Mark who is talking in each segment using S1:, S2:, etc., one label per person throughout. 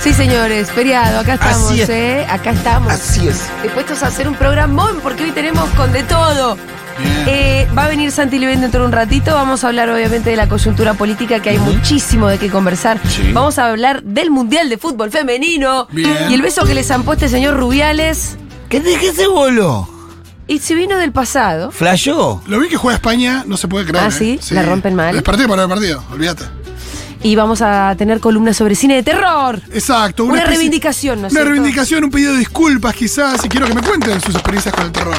S1: Sí, señores, feriado, acá estamos,
S2: Así es.
S1: ¿eh? Acá estamos.
S2: Así es.
S1: Dispuestos a hacer un programón porque hoy tenemos con de todo. Eh, va a venir Santi Leven dentro de un ratito. Vamos a hablar, obviamente, de la coyuntura política, que hay muchísimo de qué conversar.
S2: Sí.
S1: Vamos a hablar del Mundial de Fútbol Femenino
S2: Bien.
S1: y el beso que le zampó este señor Rubiales.
S3: ¿Qué de qué se voló?
S1: Y si vino del pasado.
S3: ¿Flayó?
S2: Lo vi que juega España, no se puede creer.
S1: Ah,
S2: ¿eh?
S1: ¿sí? ¿La rompen mal?
S2: Es partido para el partido, olvídate.
S1: Y vamos a tener columnas sobre cine de terror.
S2: Exacto.
S1: Una
S2: especie-
S1: reivindicación, ¿no es
S2: Una
S1: cierto?
S2: reivindicación, un pedido de disculpas quizás, y quiero que me cuenten sus experiencias con el terror.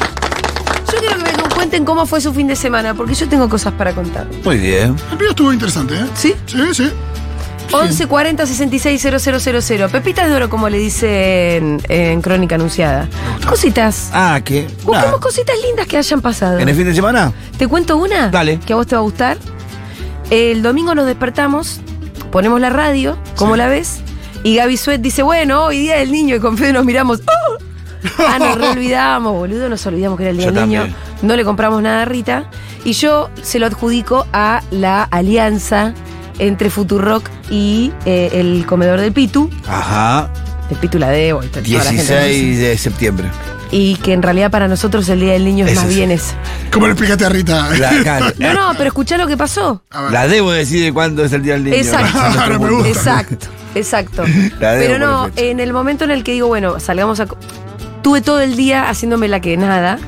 S1: Yo quiero que me cuenten cómo fue su fin de semana, porque yo tengo cosas para contar.
S3: Muy bien.
S2: El video estuvo interesante, ¿eh?
S1: ¿Sí?
S2: Sí, sí.
S1: 1140 660000. Pepitas de oro, como le dicen en Crónica Anunciada. Cositas.
S3: Ah, ¿qué?
S1: Busquemos
S3: Nada.
S1: cositas lindas que hayan pasado.
S3: ¿En el fin de semana?
S1: ¿Te cuento una?
S3: Dale.
S1: Que a vos te va a gustar. El domingo nos despertamos, ponemos la radio, como la ves, y Gaby Suet dice, bueno, hoy día del niño, y con Fede nos miramos. ¡Oh! Ah, nos re olvidamos, boludo, nos olvidamos que era el día
S3: Yo
S1: del niño.
S3: también.
S1: No le compramos nada a Rita. Y yo se lo adjudico a la alianza entre Futurock y eh, el comedor del Pitu.
S3: Ajá.
S1: El Pitu la debo. y toda la gente lo dice.
S3: 16 de septiembre.
S1: Y que en realidad para nosotros el día del niño es
S3: Ese
S1: más
S3: es. Eh.
S1: bien eso.
S2: ¿Cómo le explicaste a Rita?
S3: La, acá-
S1: No, no, pero escuchá lo que pasó.
S2: A ver.
S3: la debo decir de cuándo es el día del niño.
S1: Exacto.
S3: Es otro
S2: Ahora me
S3: mundo.
S2: gusta.
S1: Exacto, exacto.
S3: La debo
S1: Pero no,
S3: por fecha.
S1: en el momento en el que digo, bueno, salgamos a. co- Tuve todo el día haciéndome la que nada.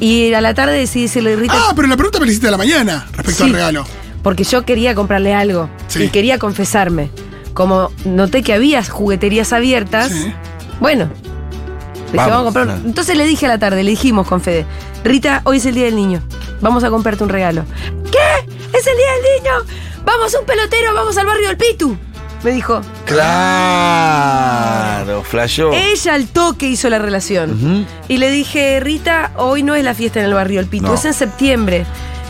S1: Y a la tarde decidí decirle Rita.
S2: Ah, pero la pregunta me la hiciste a la mañana
S1: Sí.
S2: respecto al regalo.
S1: Porque yo quería comprarle algo.
S2: Sí.
S1: Y quería confesarme. Como noté que había jugueterías abiertas.
S2: Sí.
S1: Bueno. dije,
S3: Vamos,
S1: vamos a comprar.
S3: claro.
S1: Entonces le dije a la tarde, le dijimos con Fede, Rita, hoy es el día del niño. Vamos a comprarte un regalo. ¿Qué? ¡Es el día del niño! ¡Vamos, un pelotero! ¡Vamos al barrio del Pitu! Me dijo.
S3: Claro, flayó.
S1: Ella al toque hizo la relación.
S3: Ujú.
S1: Y le dije, Rita, hoy no es la fiesta en el barrio El Pito,
S3: No.
S1: es en septiembre.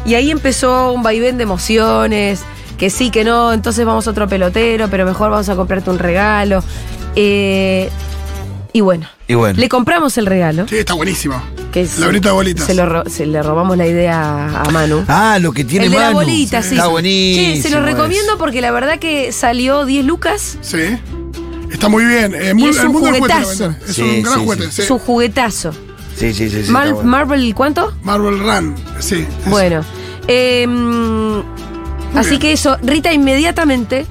S1: Y ahí empezó un vaivén de emociones, que sí, que no, entonces vamos a otro pelotero, pero mejor vamos a comprarte un regalo. Eh, y bueno,
S3: Y bueno.
S1: le compramos el regalo.
S2: Sí, está buenísimo.
S1: Que es-
S2: La bolita de bolitas.
S1: Se, lo ro- se le robamos la idea a Manu.
S3: Ah, lo que tiene
S1: el de la
S3: Manu.
S1: bolita, sí.
S3: Está buenísimo.
S1: Che, se lo recomiendo porque la verdad que salió 10 lucas.
S2: Sí. Está muy bien. Eh, mu-
S1: es
S2: el
S1: un
S2: mundo del juguete
S1: juguetazo.
S2: la ventana. Es
S3: Sí,
S2: un gran
S3: sí,
S2: juguete.
S3: sí.
S2: Sí.
S1: Es un juguetazo.
S3: Sí, sí, sí. sí
S1: Mar-
S3: está bueno.
S1: Marvel, ¿cuánto?
S2: Marvel Run. Sí. es-
S1: Bueno, em, así
S2: bien.
S1: que eso, Rita inmediatamente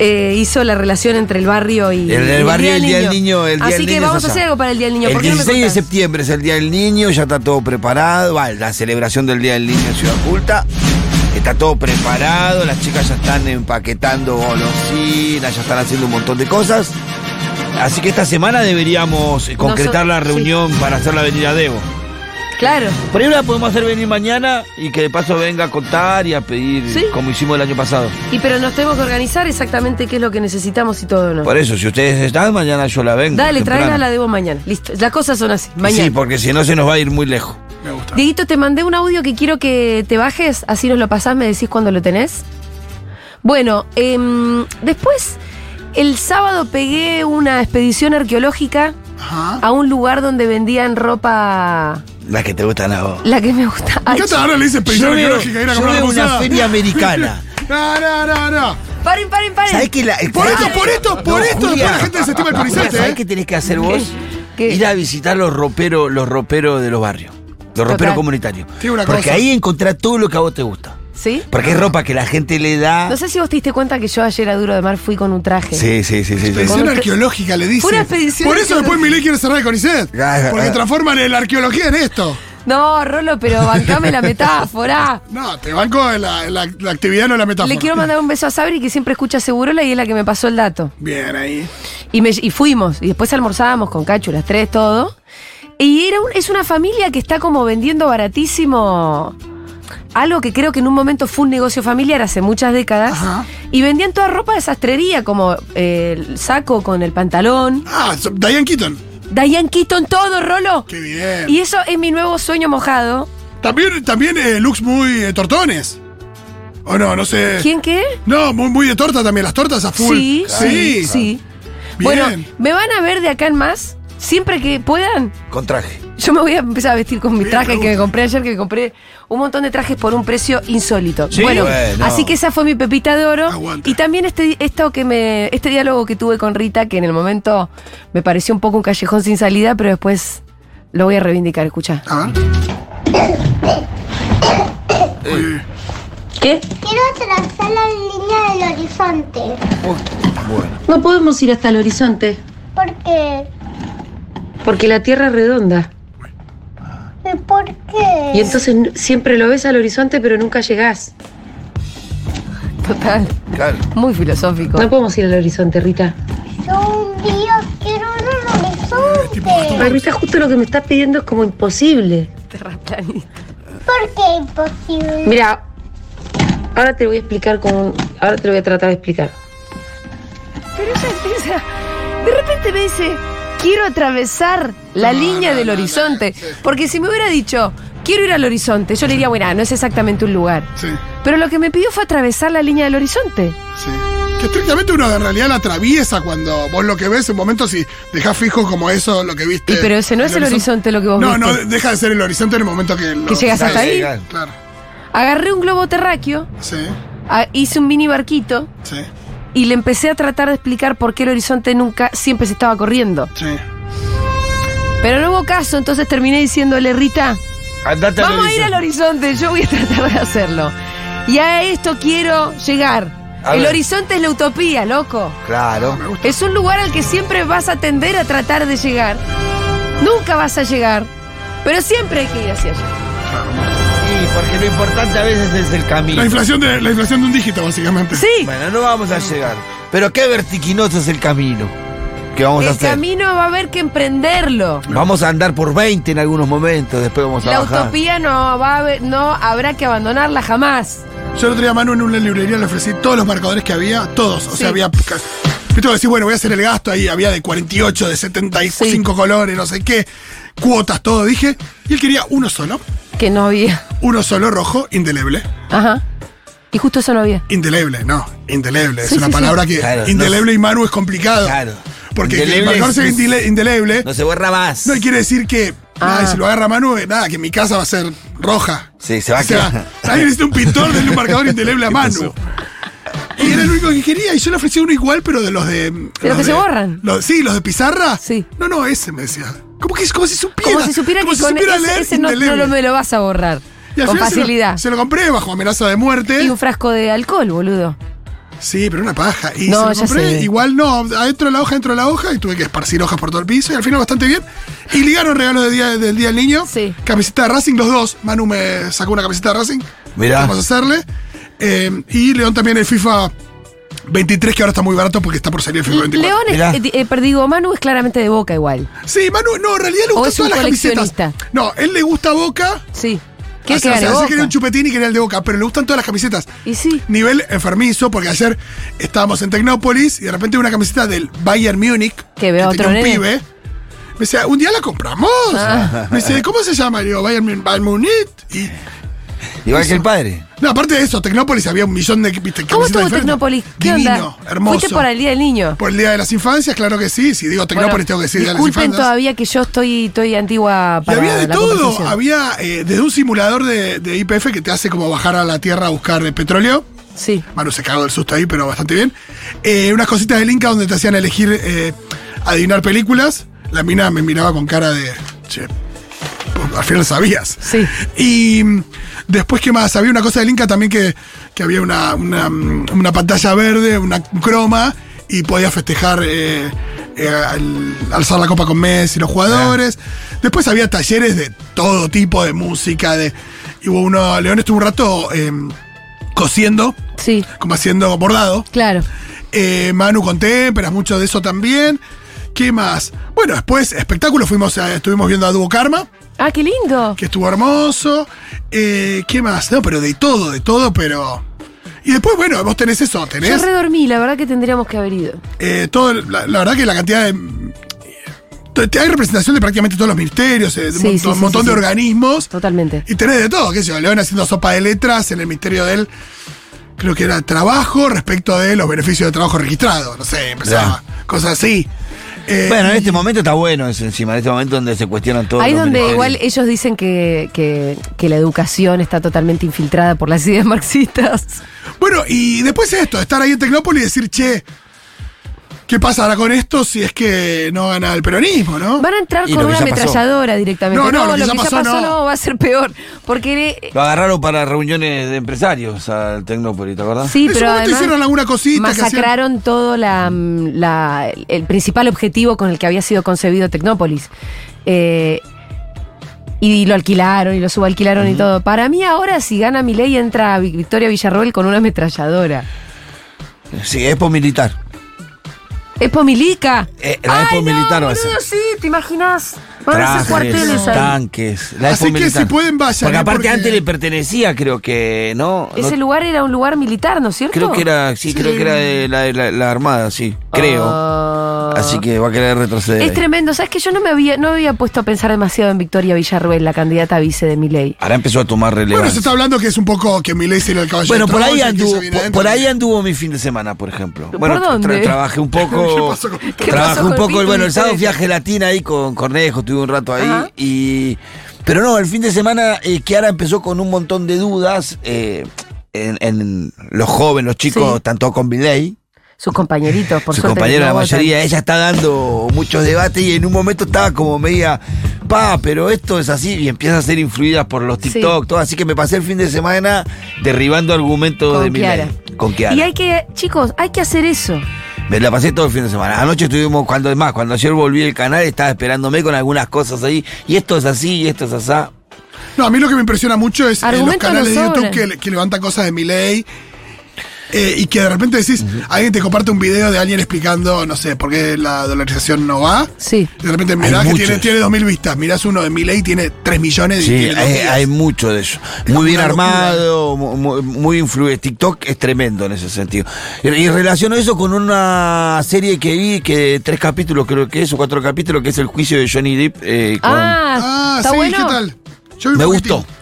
S1: eh, hizo la relación entre el barrio y
S3: En el barrio el Día del Niño, el Día
S1: así
S3: del
S1: que
S3: Niño
S1: vamos
S3: es
S1: a hacer
S3: allá.
S1: algo para el Día del Niño.
S3: El
S1: ¿por qué no me
S3: 16 de
S1: contás?
S3: septiembre es el Día del Niño, ya está todo preparado. Va, la celebración del Día del Niño en Ciudad Culta. Está todo preparado, las chicas ya están empaquetando golosinas, ya están haciendo un montón de cosas. Así que esta semana deberíamos eh, concretar la
S1: sí.
S3: reunión para hacerla venir a Debo.
S1: Claro,
S3: Por ahí la podemos hacer venir mañana y que de paso venga a contar y a pedir
S1: Sí.
S3: como hicimos el año pasado.
S1: y pero nos tenemos que organizar exactamente qué es lo que necesitamos y todo, ¿no?
S3: Por eso, si ustedes están, mañana yo la vengo.
S1: Dale,
S3: temprano.
S1: tráela, la debo mañana. Listo, las cosas son así,
S3: Sí,
S1: mañana.
S3: porque si no se nos va a ir muy lejos.
S2: Me gusta.
S1: Dieguito, te mandé un audio que quiero que te bajes, así nos lo pasás, me decís cuándo lo tenés. Bueno, em, después, el sábado pegué una expedición arqueológica
S2: Ajá.
S1: a un lugar donde vendían ropa
S3: Las que te gustan a vos.
S1: la que me gusta.
S2: Me
S1: Ay,
S2: encanta, ahora le dice
S3: Yo
S2: expedición
S3: veo-
S2: arqueológica ir a
S3: yo
S2: comprar
S3: veo
S2: la
S3: una
S2: posada.
S3: feria americana.
S2: no, no, no, no.
S1: paren, paren, paren.
S3: ¿Sabés que la,
S2: Por esto, por esto, por esto,
S3: Julia.
S2: después la gente desestima el
S3: Julia,
S2: Ponicetti,
S3: ¿Sabés
S2: ¿eh?
S3: qué tenés que hacer vos?
S1: ¿Qué?
S3: Ir a visitar los roperos, los roperos de los barrios. Los roperos
S1: Total.
S3: comunitarios.
S2: Sí, una
S3: Porque
S2: cosa.
S3: ahí encontrás todo lo que a vos te gusta.
S1: ¿Sí?
S3: Porque es ropa que la gente le da.
S1: No sé si vos te diste cuenta que yo ayer a Duro de Mar fui con un traje.
S3: Sí, sí, sí, sí. sí, sí.
S1: Con
S2: Expedición
S1: usted-
S2: arqueológica le dice.
S1: Fue una expedición
S2: Por eso después
S1: arqueológica.
S2: Milei quiere cerrar el Conicet.
S3: Ah, ah,
S2: Porque
S3: ah.
S2: transforman el- la arqueología en esto.
S1: No, Rolo, pero bancame la metáfora.
S2: No, te banco en la, en la- la actividad, no en la metáfora.
S1: Le quiero mandar un beso a Sabri que siempre escucha Segurola y es la que me pasó el dato.
S2: Bien, ahí.
S1: Y, me- y fuimos, y después almorzábamos con Cachu, las tres, todo. Y era un- es una familia que está como vendiendo baratísimo algo que creo que en un momento fue un negocio familiar hace muchas décadas.
S2: Ajá.
S1: Y vendían toda ropa de sastrería, como eh, el saco con el pantalón.
S2: Ah, so- Diane Keaton.
S1: Diane Keaton, todo, Rolo.
S2: Qué bien.
S1: Y eso es mi nuevo sueño mojado.
S2: También, también eh, looks muy eh, tortones. O no, no sé.
S1: ¿Quién qué?
S2: No, muy, muy de torta también, las tortas a full.
S1: Sí, sí, sí.
S2: Bien.
S1: Bueno, me van a ver de acá en más, siempre que puedan,
S3: Con traje.
S1: Yo me voy a empezar a vestir con mi
S2: Bien, me
S1: traje que
S2: gusta.
S1: me compré ayer, que compré un montón de trajes por un precio insólito.
S3: Sí,
S1: bueno,
S3: bueno.
S1: así que esa fue mi pepita de oro.
S2: Aguanta.
S1: Y también este, esto que me, este diálogo que tuve con Rita, que en el momento me pareció un poco un callejón sin salida, pero después lo voy a reivindicar, escucha.
S2: A ver. Oye,
S4: ¿Qué?
S5: Quiero trazar la línea del horizonte
S3: Bueno,
S4: No podemos ir hasta el horizonte,
S5: porque
S4: porque la Tierra es redonda.
S5: ¿y por qué?
S4: Y entonces n- siempre lo ves al horizonte, pero nunca llegás.
S1: Total,
S3: claro.
S1: muy filosófico.
S4: No podemos ir al horizonte, Rita.
S5: Yo un día quiero ir al
S4: Ay,
S5: horizonte.
S4: Rita, justo lo que me estás pidiendo es como imposible.
S1: Terraplanista.
S5: ¿Por qué imposible?
S4: Mira, ahora te lo voy a explicar con. Ahora te lo voy a tratar de explicar.
S1: Pero ella empieza, de repente me dice, quiero atravesar la línea del horizonte. Porque si me hubiera dicho, quiero ir al horizonte, yo le diría, bueno, no es exactamente un lugar.
S2: sí,
S1: Pero lo que me pidió fue atravesar la línea del horizonte.
S2: sí. Que estrictamente uno en realidad la atraviesa cuando vos lo que ves en momentos si dejás fijo como eso lo que viste.
S1: Y pero ese no es el horizonte lo que vos
S2: Eh, no,
S1: viste.
S2: No, no, deja de ser el horizonte en el momento que lo-
S1: Que llegas hasta ahí.
S3: Claro.
S2: Claro,
S1: Agarré un globo terráqueo,
S2: sí,
S1: a- hice un mini barquito
S2: sí,
S1: y le empecé a tratar de explicar por qué el horizonte nunca siempre se estaba corriendo.
S2: sí.
S1: Pero no hubo caso, entonces terminé diciéndole, Rita,
S3: Andate
S1: vamos a ir al
S3: horizonte.
S1: horizonte, yo voy a tratar de hacerlo. Y a esto quiero llegar.
S3: A
S1: el
S3: ver.
S1: horizonte es la utopía, loco.
S3: Claro.
S1: Es un lugar al que siempre vas a tender a tratar de llegar. Nunca vas a llegar, pero siempre hay que ir hacia allá.
S3: Sí, porque lo importante a veces es el camino.
S2: La inflación, de, la inflación de un dígito, básicamente.
S1: Sí,
S3: Bueno, no vamos a llegar. Pero qué vertiginoso es el camino que vamos a
S1: el
S3: hacer.
S1: camino va a haber que emprenderlo.
S3: Vamos a andar por 20 en algunos momentos, después vamos a
S1: La
S3: bajar.
S1: utopía no, va a haber- no habrá que abandonarla jamás.
S2: Yo el otro día a Manu en una librería le ofrecí todos los marcadores que había, todos. O
S1: Sí.
S2: sea, había. ca- Viste, vos decís, bueno, voy a hacer el gasto ahí, había de 48, de 75 colores, no sé qué, cuotas, todo, dije. Y él quería uno solo,
S1: Que no había.
S2: uno solo rojo, indeleble.
S1: Ajá. Y justo eso no había.
S2: Indeleble, no, indeleble.
S1: Sí,
S2: es una
S1: sí, sí.
S2: palabra que.
S3: Claro, no
S2: indeleble y Manu es complicado.
S3: Claro.
S2: Porque que
S3: Indeleble
S2: el marcador
S3: es-
S2: sea indile- indeleble
S3: No se borra más.
S2: no quiere decir que.
S1: Ah.
S2: nada, si lo agarra Manu, eh, nada, que mi casa va a ser roja.
S3: Sí, se va a
S2: O sea,
S3: quedar.
S2: Alguien necesita un pintor de un marcador indeleble a
S3: ¿Qué
S2: mano.
S3: pasó?
S2: Y era el único que quería, y yo le ofrecí uno igual, pero de los de.
S1: que se borran.
S2: los- sí, los de pizarra.
S1: Sí.
S2: No, no, ese me decía. Como que es como si supiera.
S1: Como si supiera
S2: como
S1: que
S2: si
S1: con
S2: supiera
S1: ese,
S2: leer
S1: ese no,
S2: indeleble.
S1: no lo- me lo vas a borrar.
S2: Y al
S1: Con
S2: final se lo-
S1: facilidad.
S2: Se lo, compré bajo amenaza de muerte.
S1: Y un frasco de alcohol, boludo.
S2: Sí, pero una paja. Y
S1: No,
S2: se lo
S1: ya
S2: compré,
S1: sé.
S2: igual no, adentro de la hoja, dentro de la hoja, y tuve que esparcir hojas por todo el piso, y al final bastante bien. Y ligaron regalo de día, del Día del Niño.
S1: Sí.
S2: Camiseta de Racing, los dos. Manu me sacó una camiseta de Racing.
S3: Mirá.
S2: Vamos a hacerle. Eh, y León también el FIFA 23, que ahora está muy barato porque está por salir el FIFA 24.
S1: León, es,
S3: Mirá.
S1: eh, eh, perdigo, Manu es claramente de boca igual.
S2: Sí, Manu, no, en realidad le
S1: O
S2: gustan
S1: es un
S2: todas las camisetas.
S1: coleccionista.
S2: No, él le gusta Boca.
S1: Sí. ¿Quieres
S2: O
S1: que
S2: sea,
S1: gane
S2: o sea, Ah, sí
S1: Boca?
S2: quería un chupetín y quería el de Boca, pero le gustan todas las camisetas.
S1: Y sí.
S2: Nivel enfermizo, porque ayer estábamos en Tecnópolis y de repente una camiseta del Bayern Múnich.
S1: Que veo
S2: tenía
S1: otro
S2: un
S1: nene. Ah.
S2: pibe. Me decía, un día la compramos. Me dice, ¿cómo se llama? Y digo, Bayern, Mun- Bayern Múnich. Y,
S3: Igual que el padre.
S2: no, aparte de eso, Tecnópolis había un millón de viste,
S1: ¿Cómo
S2: camisetas
S1: estuvo
S2: diferentes.
S1: Tecnópolis? ¿Qué
S2: Divino,
S1: onda?
S2: hermoso.
S1: ¿Fuiste para el Día del Niño?
S2: Por el Día de las Infancias, claro que sí. Si digo Tecnópolis,
S1: Bueno,
S2: tengo que decir Día de las
S1: disculpen
S2: Infancias.
S1: todavía que yo estoy, estoy antigua
S2: Y
S1: para
S2: había de
S1: la
S2: todo.
S1: conversación.
S2: Había eh, desde un simulador de IPF que te hace como bajar a la tierra a buscar eh, petróleo.
S1: Sí.
S2: Manu se cagó del susto ahí, pero bastante bien. Eh, unas cositas del Inca donde te hacían elegir eh, adivinar películas. La mina me miraba con cara de. Che, pues, al final sabías.
S1: Sí.
S2: Y mm, después, ¿qué más? Había una cosa del Inca también que, que había una, una, mm, una pantalla verde, una croma, y podías festejar. eh, eh, al- alzar la copa con Messi, los jugadores. Después había talleres de todo tipo de música. De, y hubo uno, León estuvo un rato em, cosiendo
S1: Sí,
S2: como haciendo bordado.
S1: claro.
S2: Eh, Manu con témperas, mucho de eso también. ¿Qué más? Bueno, después espectáculo, fuimos a- estuvimos viendo a Dúo Karma,
S1: Ah, qué lindo.
S2: que estuvo hermoso. Eh, ¿Qué más? No, pero de todo, de todo, pero... Y después, bueno, vos tenés eso,
S1: Yo
S2: tenés...
S1: redormí, la verdad que tendríamos que haber ido.
S2: eh, todo, la, la verdad que la cantidad de... te- te- Hay representación de prácticamente todos los ministerios, eh, de un
S1: Sí,
S2: montón,
S1: sí, sí,
S2: montón
S1: sí,
S2: de
S1: sí.
S2: organismos.
S1: Totalmente.
S2: Y tenés de todo, qué sé yo, León haciendo sopa de letras en el misterio de él, creo que era trabajo respecto de los beneficios de trabajo registrado, no sé, empezaba, cosas así. Eh,
S3: Bueno, en este momento está bueno eso encima, en este momento donde se cuestionan todo.
S1: Ahí es donde igual eh, ellos dicen que, que- que la educación está totalmente infiltrada por las ideas marxistas.
S2: Bueno, y después esto, estar ahí en Tecnópolis y decir, che, ¿qué pasa ahora con esto si es que no gana el peronismo, no?
S1: Van a entrar
S3: Y
S1: con
S3: lo que
S1: una
S3: ya pasó.
S1: ametralladora directamente.
S2: No, no, lo que ya pasó, no.
S1: va a ser peor. Porque eh,
S3: Lo agarraron para reuniones de empresarios al Tecnópolis, ¿te acordás?
S1: sí,
S2: En su
S1: pero
S2: momento
S1: además
S2: hicieron alguna cosita que hacían.
S1: masacraron todo la, mm, la- el principal objetivo con el que había sido concebido Tecnópolis. Eh, y lo alquilaron y lo subalquilaron y todo. Para mí ahora si gana mi ley entra Vic- Victoria Villarroel con una ametralladora.
S3: Sí, es por militar.
S1: Expo Milica.
S3: Eh, la Expo Militar va a ser.
S1: boludo, sí, ¿te imaginas? Van a hacer
S3: Trajes,
S1: cuarteles ahí.
S3: tanques. la
S2: Así
S3: Expo
S2: que
S3: Militar.
S2: si pueden, vayan,
S3: Porque
S2: ¿eh?
S3: aparte
S2: Porque-
S3: antes le pertenecía, creo que, ¿no?
S1: Ese
S3: No-
S1: lugar era un lugar militar, ¿no es cierto?
S3: creo que era, sí, creo que era de la, la- la Armada, sí. Creo.
S1: Ah.
S3: Así que va a querer retroceder.
S1: Es
S3: ahí.
S1: tremendo, sabes que yo no me había no me había puesto a pensar demasiado en Victoria Villarruel, la candidata a vice de Milei.
S3: Ahora empezó a tomar
S2: Bueno, se
S3: relevancia.
S2: está hablando que es un poco que Milei se lo el caballero.
S3: Bueno, por ahí, anduvo,
S2: anduvo.
S3: por, por ahí anduvo mi fin de semana, por ejemplo.
S1: ¿Por
S3: Bueno, tra-
S1: dónde?
S3: trabajé un
S2: ¿Qué
S3: poco.
S2: pasó con- ¿Qué
S3: trabajé
S1: pasó
S3: un
S1: con
S3: poco.
S1: Pitu
S3: Bueno, el
S1: y
S3: sábado
S1: Fede?
S3: fui a Gelatina ahí con Cornejo, estuve un rato ahí.
S1: Ajá.
S3: y Pero no, el fin de semana, eh, Kiara empezó con un montón de dudas eh, en, en los jóvenes, los chicos,
S1: Sí.
S3: tanto con Miley.
S1: Sus compañeritos, por
S3: Su
S1: suerte,
S3: compañera,
S1: que
S3: la
S1: no votan.
S3: mayoría, ella está dando muchos debates y en un momento estaba como media, pa, pero esto es así y empieza a ser influida por los
S1: Sí.
S3: TikTok, todo. Así que me pasé el fin de semana derribando argumentos
S1: Con
S3: de mi
S1: Kiara.
S3: Con Kiara.
S1: Y hay que, chicos, hay que hacer eso.
S3: Me la pasé todo el fin de semana. Anoche estuvimos, cuando es más, cuando ayer volví del canal, estaba esperándome con algunas cosas ahí. Y esto es así, y esto es así.
S2: No, a mí lo que me impresiona mucho es eh, los
S1: Argumentos
S2: canales
S1: no
S2: de YouTube
S1: sobran.
S2: que, le- que levantan cosas de Milei. eh, y que de repente decís, alguien te comparte un video de alguien explicando, no sé, por qué la dolarización no va.
S1: Sí.
S2: Y de repente mirás que
S3: muchos.
S2: tiene, tiene 2.000 vistas, mirás uno de Milei tiene 3 millones y
S3: Sí,
S2: tiene dos
S3: hay,
S2: días.
S3: hay mucho de eso.
S2: Es
S3: Muy bien
S2: una locura.
S3: armado, mu- mu- muy, influido. TikTok es tremendo en ese sentido. Y- Y relaciono eso con una serie que vi, que tres capítulos creo que es, o cuatro capítulos, que es el juicio de Johnny Depp. eh, con-
S1: Ah,
S2: Ah,
S1: está
S2: sí,
S1: bueno.
S2: ¿qué tal? Yo vi
S3: Me
S2: un
S3: gustó.
S2: poquitín.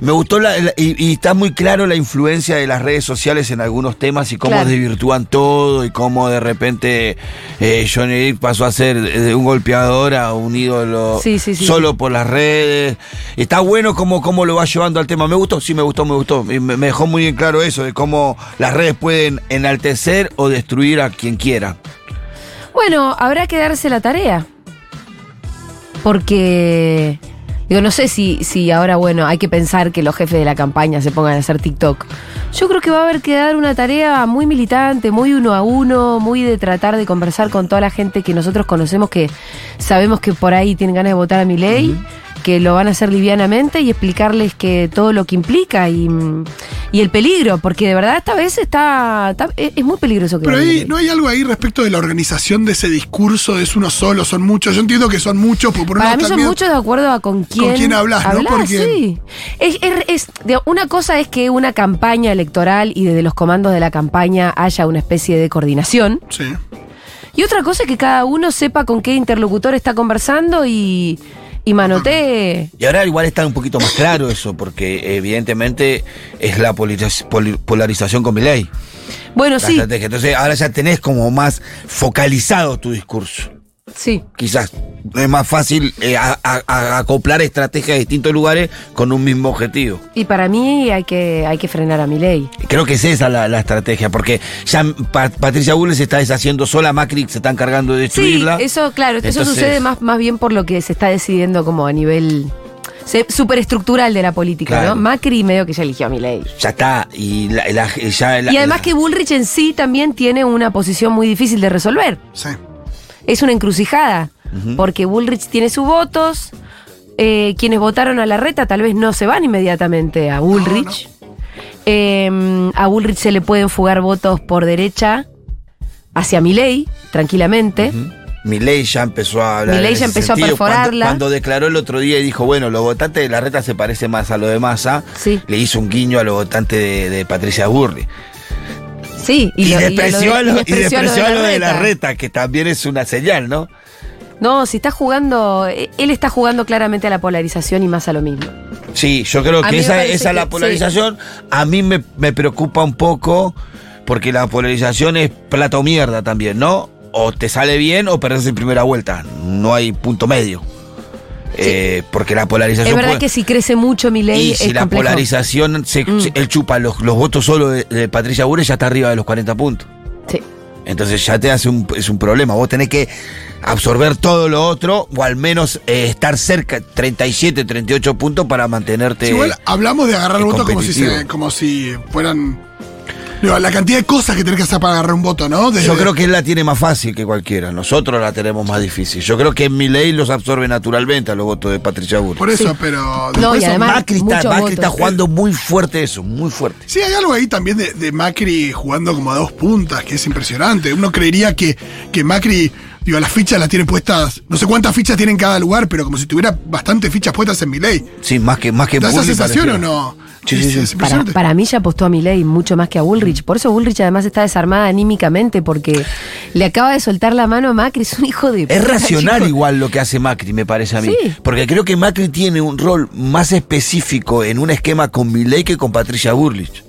S3: Me gustó la- la- y, y está muy claro la influencia de las redes sociales en algunos temas y cómo
S1: Claro.
S3: desvirtúan todo y cómo de repente eh, Johnny Depp pasó a ser eh, de un golpeador a un ídolo
S1: Sí, sí, sí,
S3: solo por las redes. Está bueno cómo, cómo lo va llevando al tema. Me gustó, sí, me gustó, me gustó. Y me, me dejó muy bien claro eso de cómo las redes pueden enaltecer o destruir a quien quiera.
S1: Bueno, habrá que darse la tarea. Porque. Digo, no sé si, si ahora, bueno, hay que pensar que los jefes de la campaña se pongan a hacer TikTok. Yo creo que va a haber que dar una tarea muy militante, muy uno a uno, muy de tratar de conversar con toda la gente que nosotros conocemos, que sabemos que por ahí tienen ganas de votar a mi ley, que lo van a hacer livianamente y explicarles que todo lo que implica y, y el peligro, porque de verdad esta vez está, está- es, es muy peligroso que
S2: Pero
S1: gane
S2: ahí,
S1: Milei.
S2: ¿no hay algo ahí respecto de la organización de ese discurso? ¿Es uno solo? ¿Son muchos? Yo entiendo que son muchos, porque por un
S1: Para
S2: lado
S1: mí
S2: está
S1: son
S2: el miedo-
S1: muchos de acuerdo a con quién.
S2: quién hablas, ¿no? Porque-
S1: sí. Es, es- es- digo, una cosa es que una campaña electoral y desde los comandos de la campaña haya una especie de coordinación.
S2: Sí.
S1: Y otra cosa es que cada uno sepa con qué interlocutor está conversando y, y manotee.
S3: Y ahora igual está un poquito más claro eso, porque evidentemente es la polariz- poli- polarización con mi ley.
S1: Bueno,
S3: la
S1: Ah, sí,
S3: estrategia. Entonces ahora ya tenés como más focalizado tu discurso.
S1: sí.
S3: Quizás es más fácil eh, a- a- a- acoplar estrategias de distintos lugares con un mismo objetivo.
S1: Y para mí hay que, hay que frenar a mi ley.
S3: Creo que es esa la, la estrategia, porque ya Pa- Patricia Bullrich se está deshaciendo sola, Macri se está encargando de
S1: Sí,
S3: destruirla.
S1: eso, claro, eso
S3: Entonces,
S1: sucede más, más bien por lo que se está decidiendo como a nivel se- superestructural de la política,
S3: Claro.
S1: ¿no? Macri medio que ya eligió a mi ley.
S3: Ya está, y, la- la- ya la-
S1: Y además
S3: la-
S1: que Bullrich en sí también tiene una posición muy difícil de resolver.
S2: Sí.
S1: Es una encrucijada, porque Bullrich tiene sus votos, eh, quienes votaron a la reta tal vez no se van inmediatamente a Bullrich. Eh, a Bullrich se le pueden fugar votos por derecha hacia Milei, tranquilamente.
S3: Milei ya empezó a hablar.
S1: Milei
S3: en
S1: ya
S3: ese
S1: empezó a
S3: sentido. Cuando-
S1: perforarla.
S3: Cuando, declaró el otro día y dijo, bueno, los votantes de la reta se parece más a lo de Massa,
S1: Sí.
S3: le hizo un guiño a los votantes de, de Patricia Burri.
S1: Sí,
S3: Y,
S1: lo-
S3: despreció a
S1: lo de-
S3: lo- y
S1: despreció a lo
S3: despreció a lo de la reta, que también es una señal, ¿no?
S1: No, si está jugando, eh, él está jugando claramente a la polarización y más a lo mismo.
S3: Sí, yo creo
S1: A mí
S3: que
S1: me
S3: esa,
S1: parece
S3: esa es
S1: que-
S3: la
S1: sí.
S3: polarización. A mí me, me preocupa un poco porque la polarización es plato mierda también, ¿no? O, o te sale bien o perdés en primera vuelta. No hay punto medio. Eh, porque la polarización.
S1: Es verdad
S3: puede-
S1: que si crece mucho mi ley
S3: y
S1: es
S3: si la
S1: complejo.
S3: polarización, se,
S1: Mm.
S3: se- él chupa los, los votos solo de, de Patricia Bullrich, ya está arriba de los 40 puntos.
S1: Sí.
S3: Entonces ya te hace un, es un problema. Vos tenés que absorber todo lo otro o al menos eh, estar cerca, 37, 38 puntos para mantenerte.
S2: Sí, igual hablamos de agarrar
S3: es
S2: votos como si, se-
S3: competitivo.
S2: como si fueran. digo, la cantidad de cosas que tenés que hacer para agarrar un voto, ¿no? Desde-
S3: Yo creo que él la tiene más fácil que cualquiera. Nosotros la tenemos más difícil. Yo creo que en mi ley los absorbe naturalmente a los votos de Patricia Bullrich.
S2: Por eso, pero.
S1: No,
S3: Por
S1: y
S3: eso
S1: además,
S3: Macri, está,
S1: muchos
S3: Macri
S1: votos.
S3: está jugando muy fuerte eso, muy fuerte.
S2: Sí, hay algo ahí también de, de Macri jugando como a dos puntas, que es impresionante. Uno creería que, que Macri, digo, las fichas las tiene puestas, no sé cuántas fichas tiene en cada lugar, pero como si tuviera bastantes fichas puestas en mi ley.
S3: Sí, más que más que
S2: ¿Da esa
S3: Bullrich
S2: sensación o
S3: pareciera.
S2: no?
S3: Sí, sí, sí.
S2: Es- es
S1: Para,
S2: impresionante.
S1: para mí ya apostó a Milei mucho más que a Bullrich. Por eso Bullrich además está desarmada anímicamente porque le acaba de soltar la mano a Macri. Es un hijo de...
S3: Es
S1: puta,
S3: racional
S1: chico.
S3: igual lo que hace Macri, me parece a mí.
S1: Sí.
S3: Porque creo que Macri tiene un rol más específico en un esquema con Milei que con Patricia Burlich.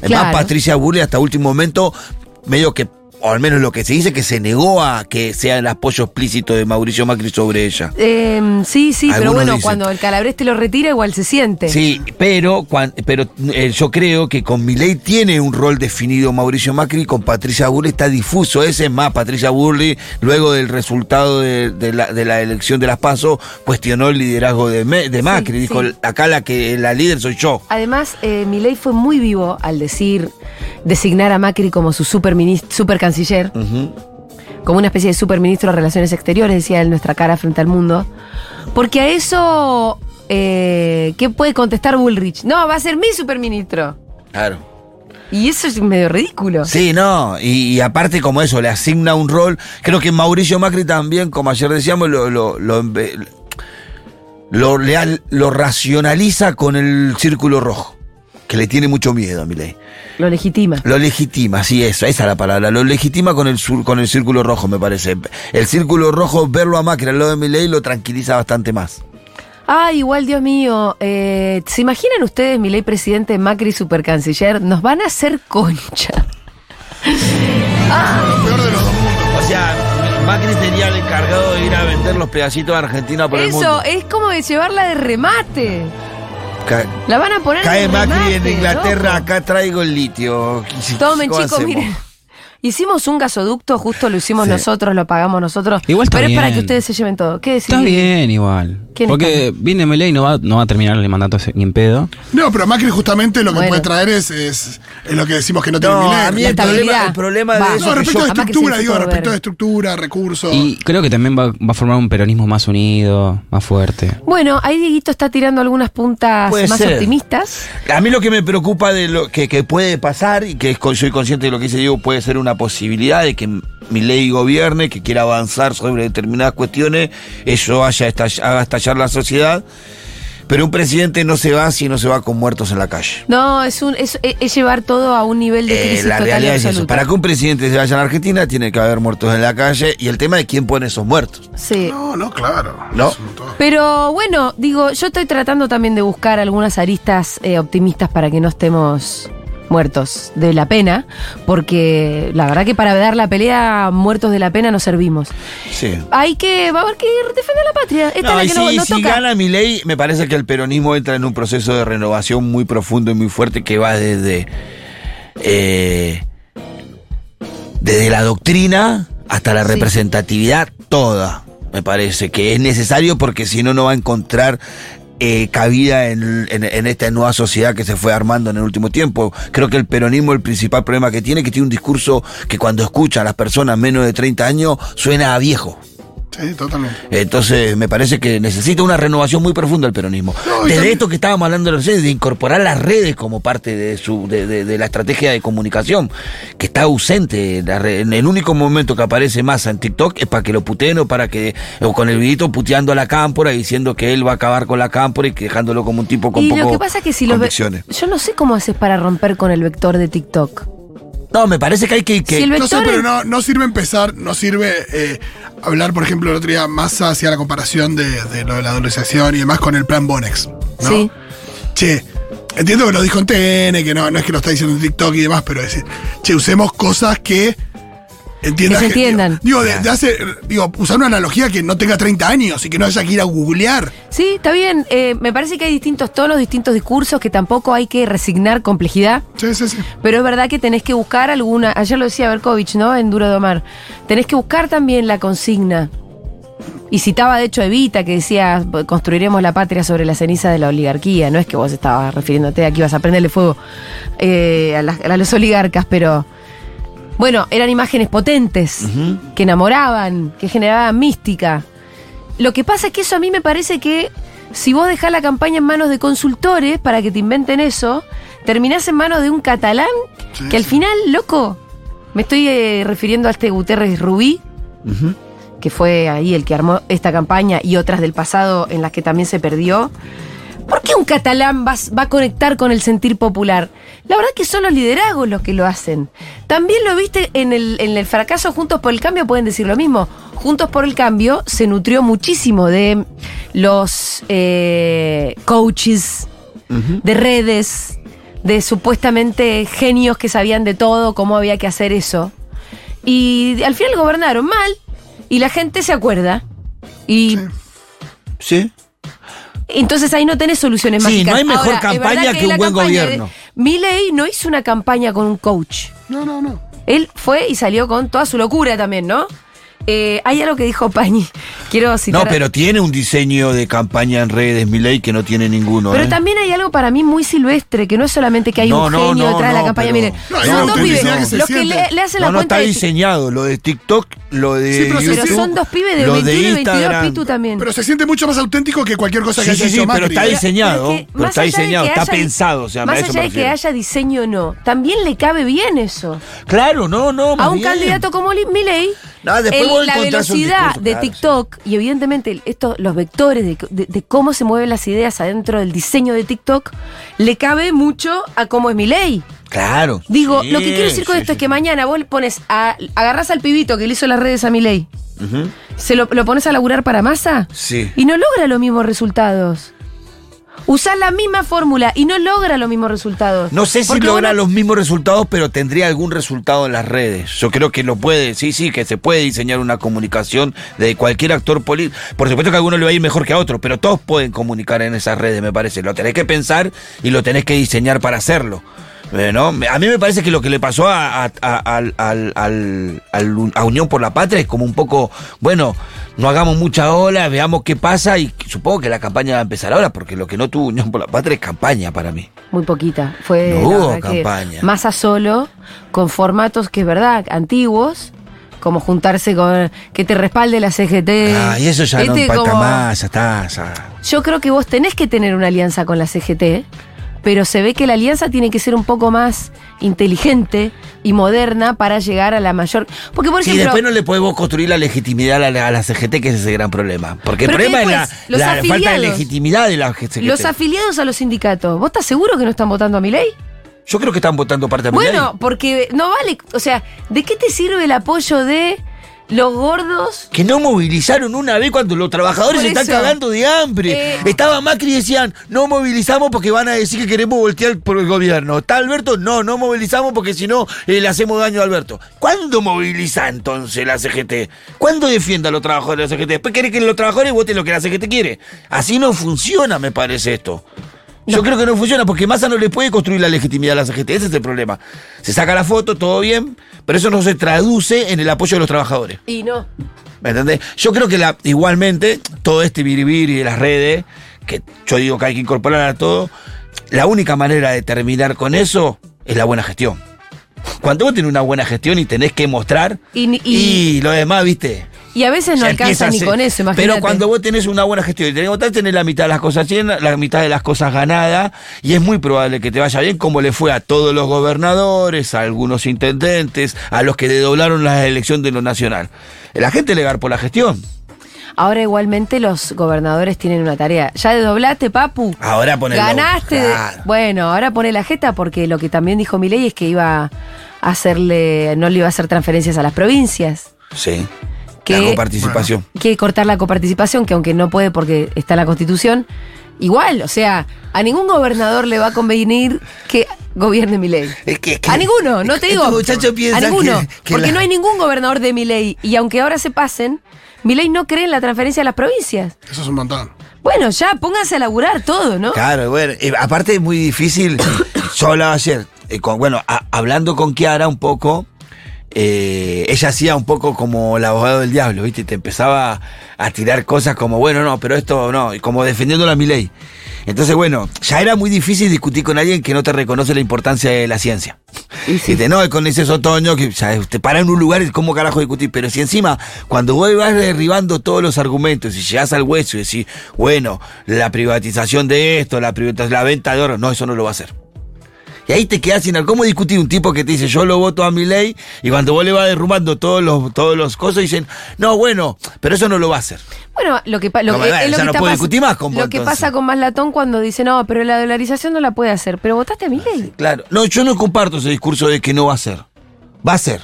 S3: Además,
S1: Claro.
S3: Patricia Burlich hasta último momento, medio que, o al menos lo que se dice, que se negó a que sea el apoyo explícito de Mauricio Macri sobre ella.
S1: Eh, sí, sí, pero
S3: Algunos
S1: bueno,
S3: dicen.
S1: cuando el calabrés te lo retira igual se siente.
S3: Sí, pero, cuan- pero eh, yo creo que con Milei tiene un rol definido Mauricio Macri y con Patricia Burley está difuso. Ese es más, Patricia Burley, luego del resultado de, de la, de la elección de las PASO, cuestionó el liderazgo de, Me- de Macri.
S1: Sí,
S3: Dijo,
S1: sí.
S3: acá la que la líder soy yo.
S1: Además, eh, Milei fue muy vivo al decir, designar a Macri como su superminis- supercanciller,
S3: Ujú.
S1: como una especie de superministro de Relaciones Exteriores, decía él, nuestra cara frente al mundo. Porque a eso, eh, ¿qué puede contestar Bullrich? No, va a ser mi superministro.
S3: Claro.
S1: Y eso es medio ridículo.
S3: Sí, no, y, y aparte como eso, le asigna un rol, creo que Mauricio Macri también, como ayer decíamos, lo, lo, lo, embe- lo- le al- lo racionaliza con el círculo rojo, que le tiene mucho miedo a Milei.
S1: Lo legitima.
S3: Lo legitima, sí, eso, esa es la palabra, lo legitima con el, sur- con el círculo rojo, me parece. El círculo rojo, verlo a Macri al lado de Milei, lo tranquiliza bastante más.
S1: Ah, igual, Dios mío. eh, ¿Se imaginan ustedes, Milei presidente, Macri supercanciller? Nos van a hacer concha.
S2: Lo peor de los dos mundos.
S3: O sea, Macri sería el encargado de ir a vender los pedacitos de Argentina por el
S1: Eso
S3: mundo.
S1: es como de llevarla de remate.
S3: Ca-
S1: La van a poner
S3: Cae
S1: de
S3: Macri
S1: remate,
S3: en Inglaterra,
S1: loco.
S3: acá traigo el litio.
S1: Tomen,
S3: ¿Cómo
S1: chicos,
S3: hacemos?
S1: miren. Hicimos un gasoducto, justo lo hicimos
S3: Sí.
S1: nosotros, lo pagamos nosotros.
S6: Igual está
S1: Pero es para
S6: bien.
S1: que ustedes se lleven todo. ¿Qué decís?
S6: Está bien igual.
S1: ¿Quién
S6: Porque viene Meley y no va, no va a terminar el mandato ese- ni en pedo.
S2: No, pero Macri justamente lo que
S1: Bueno.
S2: puede traer es, es, es lo que decimos que no tiene
S3: No,
S2: Milei.
S3: a mí el problema,
S1: estabilidad.
S3: el
S1: Va.
S3: problema de eso
S2: No,
S3: que
S2: respecto
S3: yo-
S2: de
S1: a Macri se
S2: estructura,
S1: hizo
S2: digo,
S1: todo
S2: respecto
S1: verde.
S2: de estructura, recursos.
S6: Y creo que también va, va a formar un peronismo más unido, más fuerte.
S1: Bueno, ahí Dieguito está tirando algunas puntas
S3: Puede
S1: más
S3: ser.
S1: optimistas.
S3: A mí lo que me preocupa de lo que, que puede pasar, y que es con- soy consciente de lo que dice Diego, puede ser una posibilidad de que mi ley gobierne, que quiera avanzar sobre determinadas cuestiones, eso haya estall- haga estallar la sociedad. Pero un presidente no se va si no se va con muertos en la calle.
S1: No, es, un, es, es- es llevar todo a un nivel de
S3: Eh,
S1: crisis
S3: la
S1: total y
S3: realidad es eso.
S1: absoluta.
S3: Para que un presidente se vaya a la Argentina, tiene que haber muertos en la calle. Y el tema de quién pone esos muertos.
S1: Sí.
S2: No, no, claro.
S3: No.
S2: Es un montón.
S1: Pero bueno, digo, yo estoy tratando también de buscar algunas aristas eh, optimistas para que no estemos muertos de la pena, porque la verdad que para dar la pelea muertos de la pena no servimos.
S3: Sí.
S1: Hay que, va a haber que ir- defender la patria. Esta es
S3: No, y
S1: la que no-
S3: si,
S1: no,
S3: si
S1: toca.
S3: gana mi ley, me parece que el peronismo entra en un proceso de renovación muy profundo y muy fuerte que va desde. eh, desde la doctrina hasta la
S1: Sí.
S3: representatividad toda. Me parece que es necesario porque si no, no va a encontrar. eh, cabida en, en- en esta nueva sociedad que se fue armando en el último tiempo. Creo que el peronismo, el principal problema que tiene, es que tiene un discurso que cuando escucha a las personas menos de 30 años suena a viejo.
S2: Sí, totalmente.
S3: Entonces, me parece que necesita una renovación muy profunda el peronismo.
S2: No, y
S3: Desde
S2: también-
S3: esto que estábamos hablando recién, de incorporar las redes como parte de, su, de, de- de la estrategia de comunicación, que está ausente. La re- en el único momento que aparece más en TikTok es para que lo puteen o para que, o con el vidito puteando a la cámpora y diciendo que él va a acabar con la cámpora y que dejándolo como un tipo con
S1: y
S3: poco
S1: lo que pasa es que si los ve-
S3: convicciones.
S1: yo no sé cómo haces para romper con el vector de TikTok.
S3: No, me parece que hay que... que-
S1: Si el
S2: No sé,
S1: vector
S2: pero
S1: es-
S2: no, no sirve empezar, no sirve eh, hablar, por ejemplo, el otro día Massa hacía la comparación de, de lo de la dolarización y demás con el plan Bonex. ¿no?
S1: Sí.
S2: Che, entiendo que lo dijo en TN, que no, no es que lo está diciendo en TikTok y demás, pero decir, che, usemos cosas que entiendas
S1: Que se entiendan.
S2: digo, digo, de- de hace, digo, usar una analogía que no tenga 30 años y que no haya que ir a googlear.
S1: Sí, está bien. Eh, me parece que hay distintos tonos, distintos discursos, que tampoco hay que resignar complejidad.
S2: Sí, sí, sí.
S1: Pero es verdad que tenés que buscar alguna. Ayer lo decía Berkovich, ¿no? En Duro de Omar. Tenés que buscar también la consigna. Y citaba, de hecho, a Evita, que decía: construiremos la patria sobre la ceniza de la oligarquía. No es que vos estabas refiriéndote a que ibas a prenderle fuego eh, a, las- a los oligarcas, pero. Bueno, eran imágenes potentes, que enamoraban, que generaban mística. Lo que pasa es que eso a mí me parece que si vos dejás la campaña en manos de consultores para que te inventen eso, terminás en manos de un catalán
S2: Sí,
S1: que al
S2: sí.
S1: final, loco, me estoy eh, refiriendo a este Guterres Rubí, que fue ahí el que armó esta campaña y otras del pasado en las que también se perdió. ¿Por qué un catalán va, va a conectar con el sentir popular? La verdad que son los liderazgos los que lo hacen. También lo viste en el, en el fracaso Juntos por el Cambio, pueden decir lo mismo. Juntos por el Cambio se nutrió muchísimo de los eh, coaches, de redes, de supuestamente genios que sabían de todo, cómo había que hacer eso. Y al final gobernaron mal y la gente se acuerda. Y
S3: Sí.
S1: entonces ahí no tenés soluciones
S7: Sí,
S1: mágicas.
S7: no hay mejor
S1: Ahora, es
S7: campaña
S1: verdad
S7: que un
S1: la
S7: buen
S1: campaña de-
S7: gobierno.
S1: Milei no hizo una campaña con un coach.
S2: No, no, no.
S1: Él fue y salió con toda su locura también, ¿no? Eh, hay algo que dijo Pañi. Quiero citar.
S3: No, pero tiene un diseño de campaña en redes, Milei, que no tiene ninguno.
S1: Pero
S3: ¿eh?
S1: también hay algo para mí muy silvestre, que no es solamente que hay
S3: No,
S1: un
S3: no,
S1: genio
S3: no,
S1: detrás de la
S3: no,
S1: campaña.
S3: pero-
S1: Miren,
S2: No,
S3: hay
S1: son
S3: una
S1: dos pibes.
S3: autenticidad que se
S1: los que le,
S2: siente.
S1: le hacen
S3: no,
S1: la
S3: no
S1: cuenta
S3: está
S1: de-
S3: diseñado. Lo de TikTok, lo de.
S2: Sí, pero se
S3: YouTube,
S1: Pero son dos pibes de
S3: lo
S1: 21 y 22,
S3: Instagram.
S1: Pitu también.
S2: Pero se siente mucho más auténtico que cualquier cosa
S7: Sí,
S2: que
S7: sí,
S2: haya
S7: sí,
S2: hecho
S7: pero
S2: Macri. ¿eh?
S7: está
S2: Pero-
S7: diseñado,
S1: Pero es que
S7: pero
S1: más
S7: está
S1: allá de que
S7: diseñado, está
S1: haya-
S7: pensado, o sea, a
S1: más
S7: eso
S1: allá
S7: me
S1: de que
S7: refiero.
S1: haya diseño o no, también le cabe bien eso.
S7: Claro, no, no. más
S1: a un
S7: bien.
S1: candidato como Li- Milei,
S3: No, después
S1: el-
S3: vos
S1: la
S3: encontrás un
S1: velocidad
S3: discurso,
S1: de
S3: claro,
S1: TikTok y evidentemente el- esto, los vectores de, de- de cómo se mueven las ideas adentro del diseño de TikTok le cabe mucho a cómo es Milei.
S3: Claro.
S1: Digo,
S3: Sí,
S1: lo que quiero decir con
S3: sí,
S1: esto
S3: sí.
S1: es que mañana vos le pones a, agarrás al pibito que le hizo las redes a Milei, se lo, lo pones a laburar para masa
S3: Sí.
S1: y no logra los mismos resultados. Usás la misma fórmula y no logra los mismos resultados.
S3: No sé si
S1: Porque
S3: logra
S1: uno-
S3: los mismos resultados, pero tendría algún resultado en las redes. Yo creo que lo puede, sí, sí, que se puede diseñar una comunicación de cualquier actor político. Por supuesto que a alguno le va a ir mejor que a otro, pero todos pueden comunicar en esas redes, me parece. Lo tenés que pensar y lo tenés que diseñar para hacerlo. Eh, ¿no? Me- A mí me parece que lo que le pasó a, a- a- al- al- al- al Un- a Unión por la Patria es como un poco, bueno, no hagamos mucha ola, veamos qué pasa y supongo que la campaña va a empezar ahora, porque lo que no tuvo Unión por la Patria es campaña para mí.
S1: Muy poquita. Fue
S3: No
S1: la
S3: hubo
S1: verdad que
S3: campaña.
S1: masa solo, con formatos que es verdad, antiguos, como juntarse con que te respalde la CGT.
S3: Ah, y eso ya no
S1: Este
S3: impacta
S1: como-
S3: más, ya está. ya.
S1: Yo creo que vos tenés que tener una alianza con la CGT, pero se ve que la alianza tiene que ser un poco más inteligente y moderna para llegar a la mayor. Porque, por
S3: Sí,
S1: ejemplo.
S3: después no le podemos construir la legitimidad a la, a la CGT, que ese es el gran problema. Porque el
S1: Pero que
S3: problema es la,
S1: después, los
S3: la falta de
S1: afiliados-
S3: legitimidad de la CGT.
S1: Los afiliados a los sindicatos, ¿vos estás seguro que no están votando a mi ley?
S3: Yo creo que están votando parte de
S1: Bueno, porque no vale, o sea, ¿de qué te sirve el apoyo de los gordos
S3: Que no movilizaron una vez cuando los trabajadores
S1: Por
S3: se están
S1: eso.
S3: cagando de
S1: Eh.
S3: hambre. Estaba Macri y decían, no movilizamos porque van a decir que queremos voltear por el gobierno. Está Alberto, no, no movilizamos porque si no eh, le hacemos daño a Alberto. ¿Cuándo moviliza entonces la CGT? ¿Cuándo defienda a los trabajadores de la CGT? Después quiere que los trabajadores voten lo que la CGT quiere. Así no funciona, me parece esto. Yo creo que no funciona porque Massa no le puede construir la legitimidad a la CGT. Ese es el problema. Se saca la foto, todo bien, pero eso no se traduce en el apoyo de los trabajadores.
S1: y no?
S3: ¿Me entendés? Yo creo que la, igualmente, todo este biribiri de las redes, que yo digo que hay que incorporar a todo, la única manera de terminar con eso es la buena gestión. Cuando vos tenés una buena gestión y tenés que mostrar,
S1: Y ni-
S3: y,
S1: y-
S3: lo demás, viste.
S1: Y a veces no
S3: ya
S1: alcanza
S3: empieza a
S1: ni
S3: ser-
S1: con eso, imagínate.
S3: Pero cuando vos tenés una buena gestión y tenés que mostrar, tenés la mitad de las cosas llenas, la mitad de las cosas ganadas, y es muy probable que te vaya bien, como le fue a todos los gobernadores, a algunos intendentes, a los que le doblaron la elección de lo nacional. La gente le garpó la gestión.
S1: Ahora igualmente los gobernadores tienen una tarea. Ya desdoblaste, papu.
S3: Ahora ponelo.
S1: Ganaste. de-
S3: Claro.
S1: Bueno, ahora pone la jeta porque lo que también dijo Milei es que iba a hacerle, no le iba a hacer transferencias a las provincias.
S3: Sí.
S1: que-
S3: la coparticipación.
S1: que cortar la coparticipación, que aunque no puede porque está en la Constitución, igual, o sea, a ningún gobernador le va a convenir que gobierne mi ley.
S3: Es que- es que-
S1: a ninguno, no
S3: es
S1: te
S3: que
S1: digo.
S3: estos muchachos
S1: a
S3: piensan
S1: ninguno,
S3: Este que- que
S1: porque
S3: la-
S1: no hay ningún gobernador de mi ley. Y aunque ahora se pasen, mi ley no cree en la transferencia de las provincias.
S2: Eso es un montón.
S1: Bueno, ya, pónganse a laburar todo, ¿no?
S3: Claro, bueno, eh, aparte es muy difícil. Yo hablaba ayer, eh, con, bueno, a- hablando con Kiara un poco, eh, ella hacía un poco como el abogado del diablo, ¿viste? Y te empezaba a tirar cosas como, bueno, no, pero esto no, y como defendiendo la ley. Entonces, bueno, ya era muy difícil discutir con alguien que no te reconoce la importancia de la ciencia. Y te no, con ese otoño, que ya te para en un lugar y cómo carajo discutir. Pero si encima, cuando vos vas derribando todos los argumentos y llegás al hueso y decís, bueno, la privatización de esto, la, privatización, la venta de oro, no, eso no lo va a hacer. Y ahí te quedás sin cómo discutir un tipo que te dice yo lo voto a mi ley y cuando vos le vas derrumbando todos los, todos los cosas dicen, no, bueno, pero eso no lo va a hacer.
S1: Bueno, lo que, pa- lo
S3: No,
S1: que-
S3: bueno,
S1: es lo
S3: ya
S1: que
S3: no
S1: está
S3: puedo
S1: pas-
S3: discutir más con vos,
S1: Lo que
S3: entonces.
S1: pasa con Maslatón cuando dice, no, pero la dolarización no la puede hacer. Pero votaste a
S3: Ah,
S1: mi ley.
S3: Claro. No, yo no comparto ese discurso de que no va a ser. Va a ser.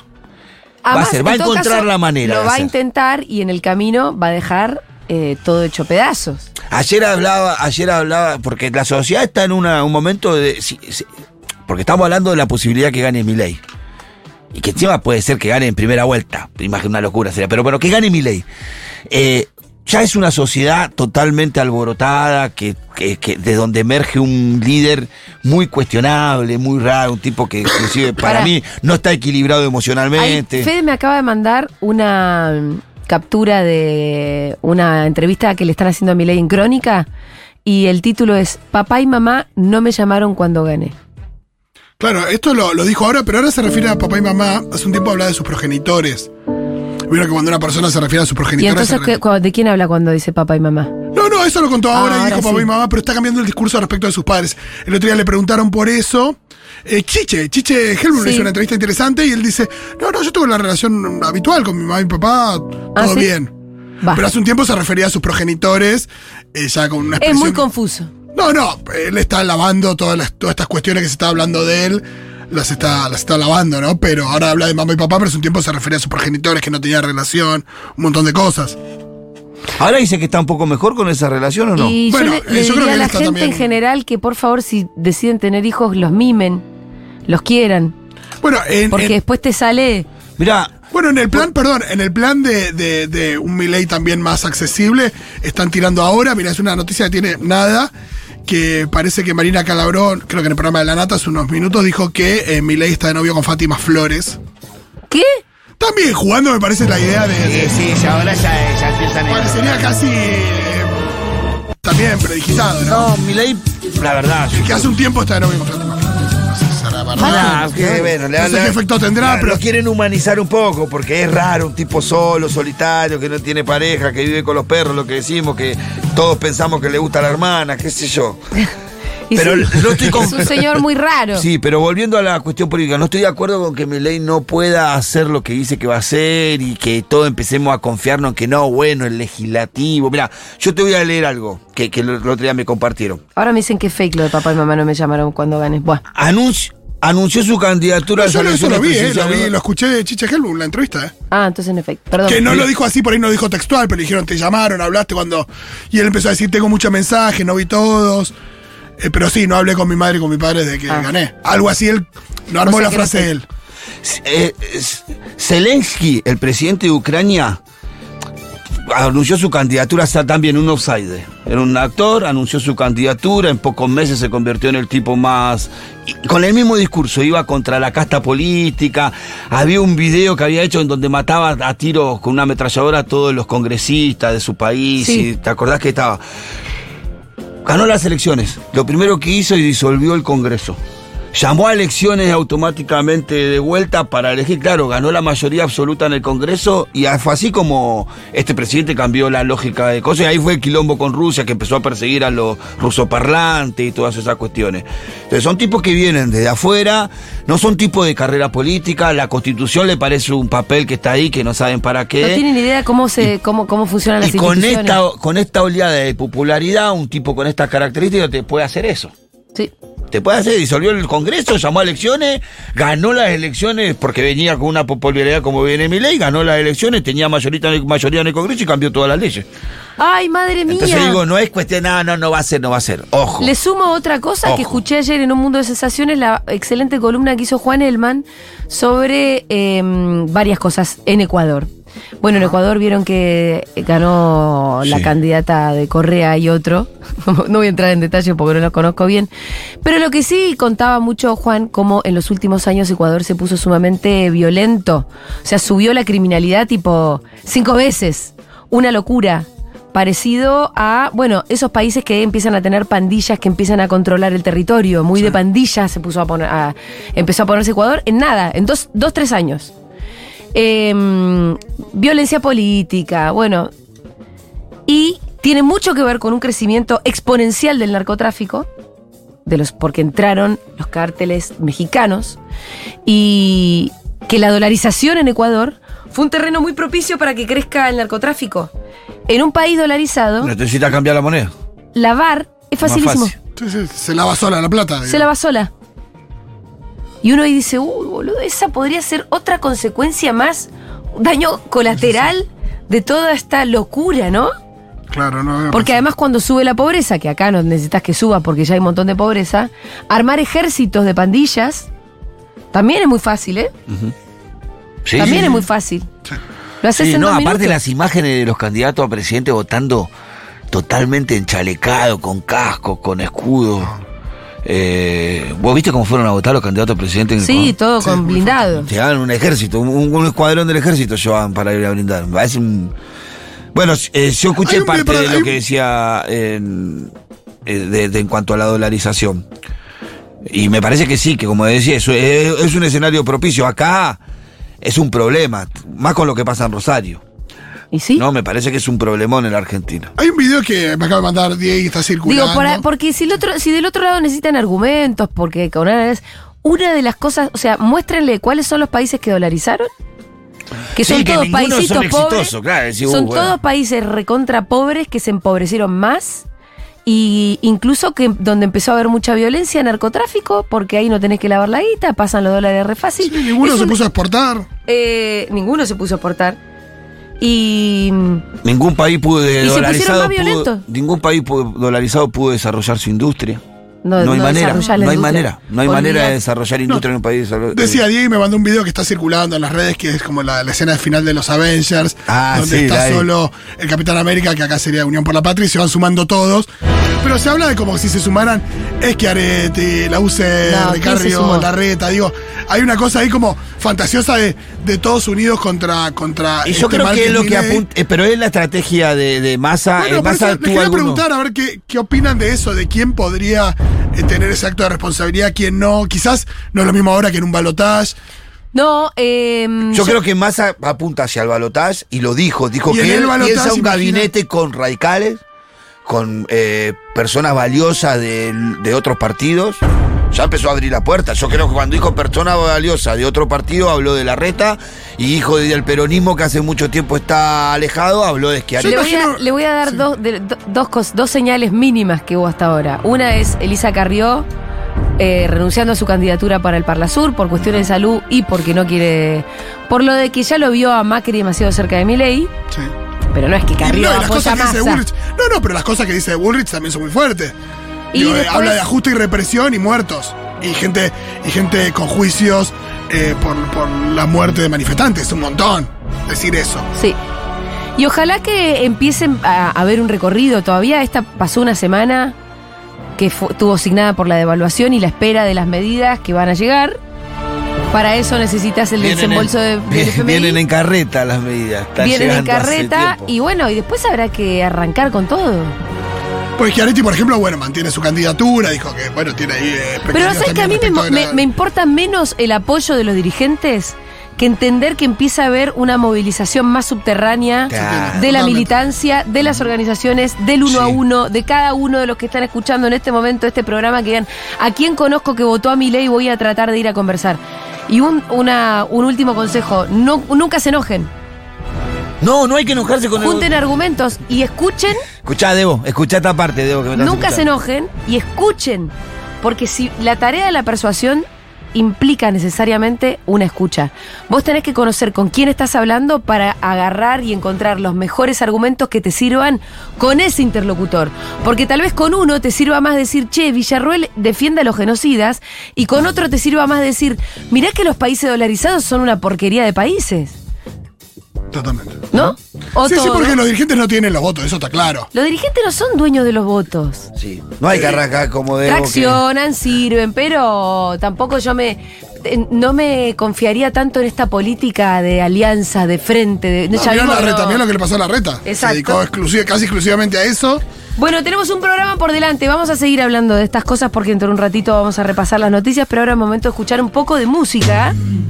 S1: Además,
S3: a ser, va a
S1: en todo
S3: encontrar
S1: caso,
S3: la manera
S1: Lo
S3: de
S1: va a
S3: hacer.
S1: intentar y en el camino va a dejar eh, todo hecho pedazos.
S3: Ayer hablaba, ayer hablaba, porque la sociedad está en una- un momento de. si- si- porque estamos hablando de la posibilidad que gane Milei. Y que encima puede ser que gane en primera vuelta. Imagina una locura sería. Pero bueno, que gane Milei. Eh, ya es una sociedad totalmente alborotada, que, que- que de donde emerge un líder muy cuestionable, muy raro, un tipo que inclusive para,
S1: Pará.
S3: mí no está equilibrado
S1: Ahí,
S3: emocionalmente.
S1: Fede me acaba de mandar una mm, captura de una entrevista que le están haciendo a Milei en Crónica y el título es Papá y mamá no me llamaron cuando gané.
S2: Claro, esto lo, lo dijo ahora, pero ahora se refiere a papá y mamá. Hace un tiempo hablaba de sus progenitores. Vieron que cuando una persona se refiere a sus
S1: Y
S2: progenitores. se
S1: entonces,
S2: re-
S1: ¿qué- cu- ¿de quién habla cuando dice papá y mamá?
S2: No, no, eso lo contó ahora y
S1: Ahora
S2: dijo papá
S1: sí.
S2: y mamá, pero está cambiando el discurso respecto de sus padres. El otro día le preguntaron por eso. Eh, Chiche, Chiche Helmut le
S1: Sí.
S2: hizo una entrevista interesante y él dice: No, no, yo tuve la relación habitual con mi mamá y mi papá, todo
S1: Ah, ¿sí?
S2: bien.
S1: Va.
S2: Pero hace un tiempo se refería a sus progenitores, eh, ya con una
S1: Es muy
S2: expresión-
S1: confuso.
S2: No, no, él está lavando todas, las- todas estas cuestiones que se está hablando de él, las está, las está lavando, ¿no? Pero ahora habla de mamá y papá, pero hace un tiempo se refería a sus progenitores que no tenían relación, un montón de cosas.
S3: Ahora dice que está un poco mejor con esa relación o no.
S1: Y
S2: Bueno,
S1: yo le,
S2: eh,
S1: le
S2: yo
S1: diría
S2: creo que
S1: a
S2: él
S1: la
S2: está
S1: gente
S2: también-
S1: en general que por favor si deciden tener hijos los mimen, los quieran,
S2: Bueno, en,
S1: porque
S2: en-
S1: después te sale...
S3: Mirá,
S2: bueno, en el plan, perdón, en el plan de, de- de un Milei también más accesible, están tirando ahora, mira, es una noticia que tiene nada, que parece que Marina Calabrón, creo que en el programa de La Nata hace unos minutos, dijo que eh, Milei está de novio con Fátima Flores.
S1: ¿Qué?
S2: También jugando me parece la idea de... de-
S3: sí, ya ahora ya, ya empiezan
S2: Parecería casi eh, también predictado, ¿no?
S3: No, Milei, la verdad, yo-
S2: Que hace un tiempo está de novio con Fátima Flores. No sé si será
S1: Ah,
S2: verdad.
S3: Nah, que, bueno, le-
S2: No sé
S3: le-
S2: Ah, qué efecto tendrá,
S3: Nah,
S2: pero-
S3: Lo quieren humanizar un poco, porque es raro, un tipo solo, solitario, que no tiene pareja, que vive con los perros, lo que decimos, que todos pensamos que le gusta la hermana, qué sé yo.
S1: Y
S3: Pero
S1: sí,
S3: no estoy con-
S1: Es un señor muy raro.
S3: Sí, pero volviendo a la cuestión política, no estoy de acuerdo con que Milei no pueda hacer lo que dice que va a hacer y que todos empecemos a confiarnos en que no, bueno, el legislativo. Mira, yo te voy a leer algo que, que el otro día me compartieron.
S1: Ahora me dicen que es fake lo de papá y mamá no me llamaron cuando ganes. Buah.
S3: Anuncio- anunció su candidatura a
S2: yo lo,
S3: las
S2: eso lo vi, eh,
S3: elecciones
S2: lo vi,
S3: presidenciales.
S2: lo escuché de Chiche Helmut en la entrevista, eh.
S1: Ah, entonces no es fake. Perdón.
S2: Que no lo dijo así, por ahí no lo dijo textual, pero le dijeron, te llamaron, hablaste cuando. Y él empezó a decir, tengo muchos mensajes, no vi todos. Eh, pero sí, no hablé con mi madre y con mi padre desde que
S1: Ah.
S2: gané. Algo así, él no armó
S1: O sea
S2: la
S1: que no
S2: frase
S1: sé.
S2: de él.
S3: Eh, es- Zelensky, el presidente de Ucrania, anunció su candidatura, está también un offside. Era un actor, anunció su candidatura, en pocos meses se convirtió en el tipo más... y Con el mismo discurso, iba contra la casta política, había un video que había hecho en donde mataba a tiros con una ametralladora a todos los congresistas de su país,
S1: Sí.
S3: y ¿te acordás que estaba? Ganó las elecciones. Lo primero que hizo y disolvió el Congreso. Llamó a elecciones automáticamente de vuelta para elegir. Claro, ganó la mayoría absoluta en el Congreso y a- fue así como este presidente cambió la lógica de cosas. Y ahí fue el quilombo con Rusia que empezó a perseguir a los rusoparlantes y todas esas cuestiones. Entonces son tipos que vienen desde afuera, no son tipos de carrera política. La constitución le parece un papel que está ahí que no saben para qué.
S1: No tienen idea cómo se cómo cómo funcionan las
S3: ¿eh? Y con
S1: instituciones.
S3: esta, con esta oleada de popularidad, un tipo con estas características te puede hacer eso.
S1: Sí.
S3: Te puede hacer, disolvió el Congreso, llamó a elecciones, ganó las elecciones porque venía con una popularidad como viene mi ley, ganó las elecciones, tenía mayorita, mayoría en el Congreso y cambió todas las leyes.
S1: Ay, madre mía.
S3: Entonces digo, no es cuestión, no, no, no va a ser, no va a ser. Ojo.
S1: Le sumo otra cosa
S3: Ojo.
S1: que escuché ayer en Un Mundo de Sensaciones, la excelente columna que hizo Juan Elman sobre eh, varias cosas en Ecuador. Bueno, en Ecuador vieron que eh, ganó la
S3: Ah. Sí.
S1: candidata de Correa y otro. No voy a entrar en detalle porque no lo conozco bien. Pero lo que sí contaba mucho Juan, como en los últimos años Ecuador se puso sumamente violento. O sea, subió la criminalidad tipo cinco veces. Una locura. Parecido a, bueno, esos países que empiezan a tener pandillas, que empiezan a controlar el territorio. Muy de pandillas se puso a poner, a- empezó a ponerse Ecuador en nada, en dos, dos tres años. Em, violencia política, bueno. Y tiene mucho que ver con un crecimiento exponencial del narcotráfico, de los, porque entraron los cárteles mexicanos, y que la dolarización en Ecuador fue un terreno muy propicio para que crezca el narcotráfico. En un país dolarizado,
S3: Necesita cambiar la moneda.
S1: lavar es
S3: Más
S1: facilísimo.
S3: fácil.
S2: Entonces se lava sola la plata.
S1: Se la va sola. Y uno ahí dice, uy, boludo, esa podría ser otra consecuencia más, un daño colateral de toda esta locura, ¿no?
S2: Claro, no. no,
S1: Porque además cuando sube la pobreza, que acá no necesitas que suba porque ya hay un montón de pobreza, armar ejércitos de pandillas también es muy fácil, ¿eh?
S3: Sí.
S1: también es muy fácil. Lo haces
S3: Sí,
S1: en
S3: no,
S1: dos
S3: aparte
S1: minutos.
S3: las imágenes de los candidatos a presidente votando totalmente enchalecado, con casco, con escudo. Eh, ¿Vos viste cómo fueron a votar los candidatos a presidente? en el
S1: Sí,
S3: Ecuador?
S1: todo con blindado.
S3: Llevaban un ejército, un, un escuadrón del ejército llevaban para ir a brindar. Me parece un- Bueno, eh, yo
S2: Hay
S3: escuché
S2: un-
S3: parte
S2: pero
S3: de
S2: hay
S3: lo
S2: un-
S3: que decía en, eh, de- de- en cuanto a la dolarización. Y me parece que sí, que como decía, eso es, es un escenario propicio. Acá es un problema, más con lo que pasa en Rosario.
S1: ¿Y sí?
S3: No, me parece que es un problemón en la Argentina.
S2: Hay un video que me acaba de mandar Diego y está circulando.
S1: Digo, para- porque si, el otro, si del otro lado necesitan argumentos, porque con una, vez- una de las cosas, o sea, muéstrenle cuáles son los países que dolarizaron. Que
S3: Sí,
S1: son
S3: que
S1: todos
S3: ninguno
S1: países
S3: son
S1: pobres.
S3: exitosos, claro, decís, uh,
S1: son
S3: bueno.
S1: todos países recontra pobres que se empobrecieron más. Y incluso que donde empezó a haber mucha violencia, narcotráfico, porque ahí no tenés que lavar la guita, pasan los dólares re fácil.
S2: Sí, ninguno
S1: Es
S2: se
S1: un-
S2: puso a exportar.
S1: eh, ninguno se puso a aportar. Y mm,
S3: Ningún país pudo
S1: pusieron más
S3: dolarizado. pudo-
S1: violentos.
S3: ningún país pudo- dolarizado pudo desarrollar su industria.
S1: no,
S3: No, hay
S1: no
S3: manera,
S1: desarrollar la
S3: no hay
S1: industria.
S3: manera, no hay
S1: Olvidate.
S3: manera de desarrollar industria en un país. desarroll-
S2: Decía Diego y me mandó un video que está circulando en las redes, que es como la, la escena final de los Avengers,
S3: Ah,
S2: donde
S3: sí, la
S2: está
S3: hay.
S2: solo el Capitán América, que acá sería Unión por la Patria, y se van sumando todos. Pero se habla de como si se sumaran Eschiaretti, la UCE,
S1: No, ¿quién se sumó?
S2: Carrio, Larreta, digo, hay una cosa ahí como fantasiosa de, de todos unidos contra, contra
S3: Y yo
S2: este
S3: creo
S2: mal
S3: que es lo que
S2: Milei.
S3: apunta, eh, pero es la estrategia de, eh, de masa.
S2: Bueno,
S3: el
S2: por
S3: masa
S2: eso les
S3: tuvo
S2: quería
S3: algunos-
S2: preguntar a ver qué, qué opinan de eso, de quién podría eh, tener ese acto de responsabilidad, quién no. Quizás no es lo mismo ahora que en un balotaje.
S1: No, eh,
S3: Yo creo que Massa apunta hacia el balotaje y lo dijo. Dijo
S2: Y en
S3: que
S2: el
S3: él
S2: balotaje,
S3: piensa un
S2: imagina-
S3: gabinete con radicales, con eh, personas valiosas de, de otros partidos. Ya empezó a abrir la puerta. Yo creo que cuando dijo persona valiosa de otro partido, habló de la reta. Y dijo del peronismo que hace mucho tiempo está alejado, habló de esquiar.
S1: le, voy a,
S2: imagino-
S1: le voy a dar dos, de- do- dos, cos- dos señales mínimas que hubo hasta ahora. Una es Elisa Carrió eh, renunciando a su candidatura para el Parla Sur por cuestiones de salud y porque no quiere. Por lo de que ya lo vio a Macri demasiado cerca de Milei,
S2: Sí.
S1: pero no es que
S2: Y
S1: Carrió
S2: no, y las
S1: apoya
S2: cosas que dice
S1: masa.
S2: Bullrich. No, no, pero las cosas que dice Bullrich también son muy fuertes.
S1: Y
S2: Digo, eh,
S1: después-
S2: habla de ajuste y represión y muertos. Y gente, y gente con juicios eh, por, por la muerte de manifestantes. Un montón decir eso.
S1: Sí. Y ojalá que empiecen a a haber un recorrido. Todavía esta pasó una semana que fu- estuvo asignada por la devaluación y la espera de las medidas que van a llegar. Para eso necesitas el desembolso de, del FMI.
S3: vienen en carreta las medidas. están
S1: Vienen en
S3: llegando hace
S1: carreta
S3: tiempo.
S1: y bueno, y después habrá que arrancar con todo.
S2: Pues Chiaretti, por ejemplo, bueno, mantiene su candidatura. Dijo que, bueno, tiene ahí. eh,
S1: Pero
S2: expectativas
S1: ¿sabes que a
S2: también
S1: mí me,
S2: respecto de
S1: me-
S2: la-
S1: me importa menos el apoyo de los dirigentes que entender que empieza a haber una movilización más subterránea
S3: Claro.
S1: de la
S2: Totalmente.
S1: militancia, de las organizaciones, del uno a uno, de cada uno de los que están escuchando en este momento este programa, que digan, ¿a quién conozco que votó a mi ley? Voy a tratar de ir a conversar. Y un, una- un último consejo, no, nunca se enojen,
S3: No, no hay que enojarse con el.
S1: junten argumentos y escuchen
S3: Escuchá, Debo, escuchá esta parte, Debo. Que me estás
S1: Nunca se
S3: escuchando.
S1: enojen y escuchen Porque si la tarea de la persuasión implica necesariamente una escucha. Vos tenés que conocer con quién estás hablando para agarrar y encontrar los mejores argumentos que te sirvan con ese interlocutor. Porque tal vez con uno te sirva más decir, che, Villarruel defiende a los genocidas, y con otro te sirva más decir, mirá que los países dolarizados son una porquería de países.
S2: Totalmente.
S1: ¿No? O
S2: sí, sí,
S1: todo.
S2: porque los dirigentes no tienen los votos, eso está claro.
S1: Los dirigentes no son dueños de los votos.
S3: Sí. No hay que arrancar como de.
S1: Traccionan, sirven, pero tampoco yo me eh, no me confiaría tanto en esta política de alianza, de frente. De,
S2: No,
S1: ya
S2: mirá
S1: vimos
S2: la
S1: que
S2: reta,
S1: no.
S2: mirá lo que le pasó a la reta. Se
S1: Exacto.
S2: dedicó exclusiva- casi exclusivamente a eso.
S1: Bueno, tenemos un programa por delante. Vamos a seguir hablando de estas cosas porque dentro de un ratito vamos a repasar las noticias, pero ahora es momento de escuchar un poco de música. ¿eh?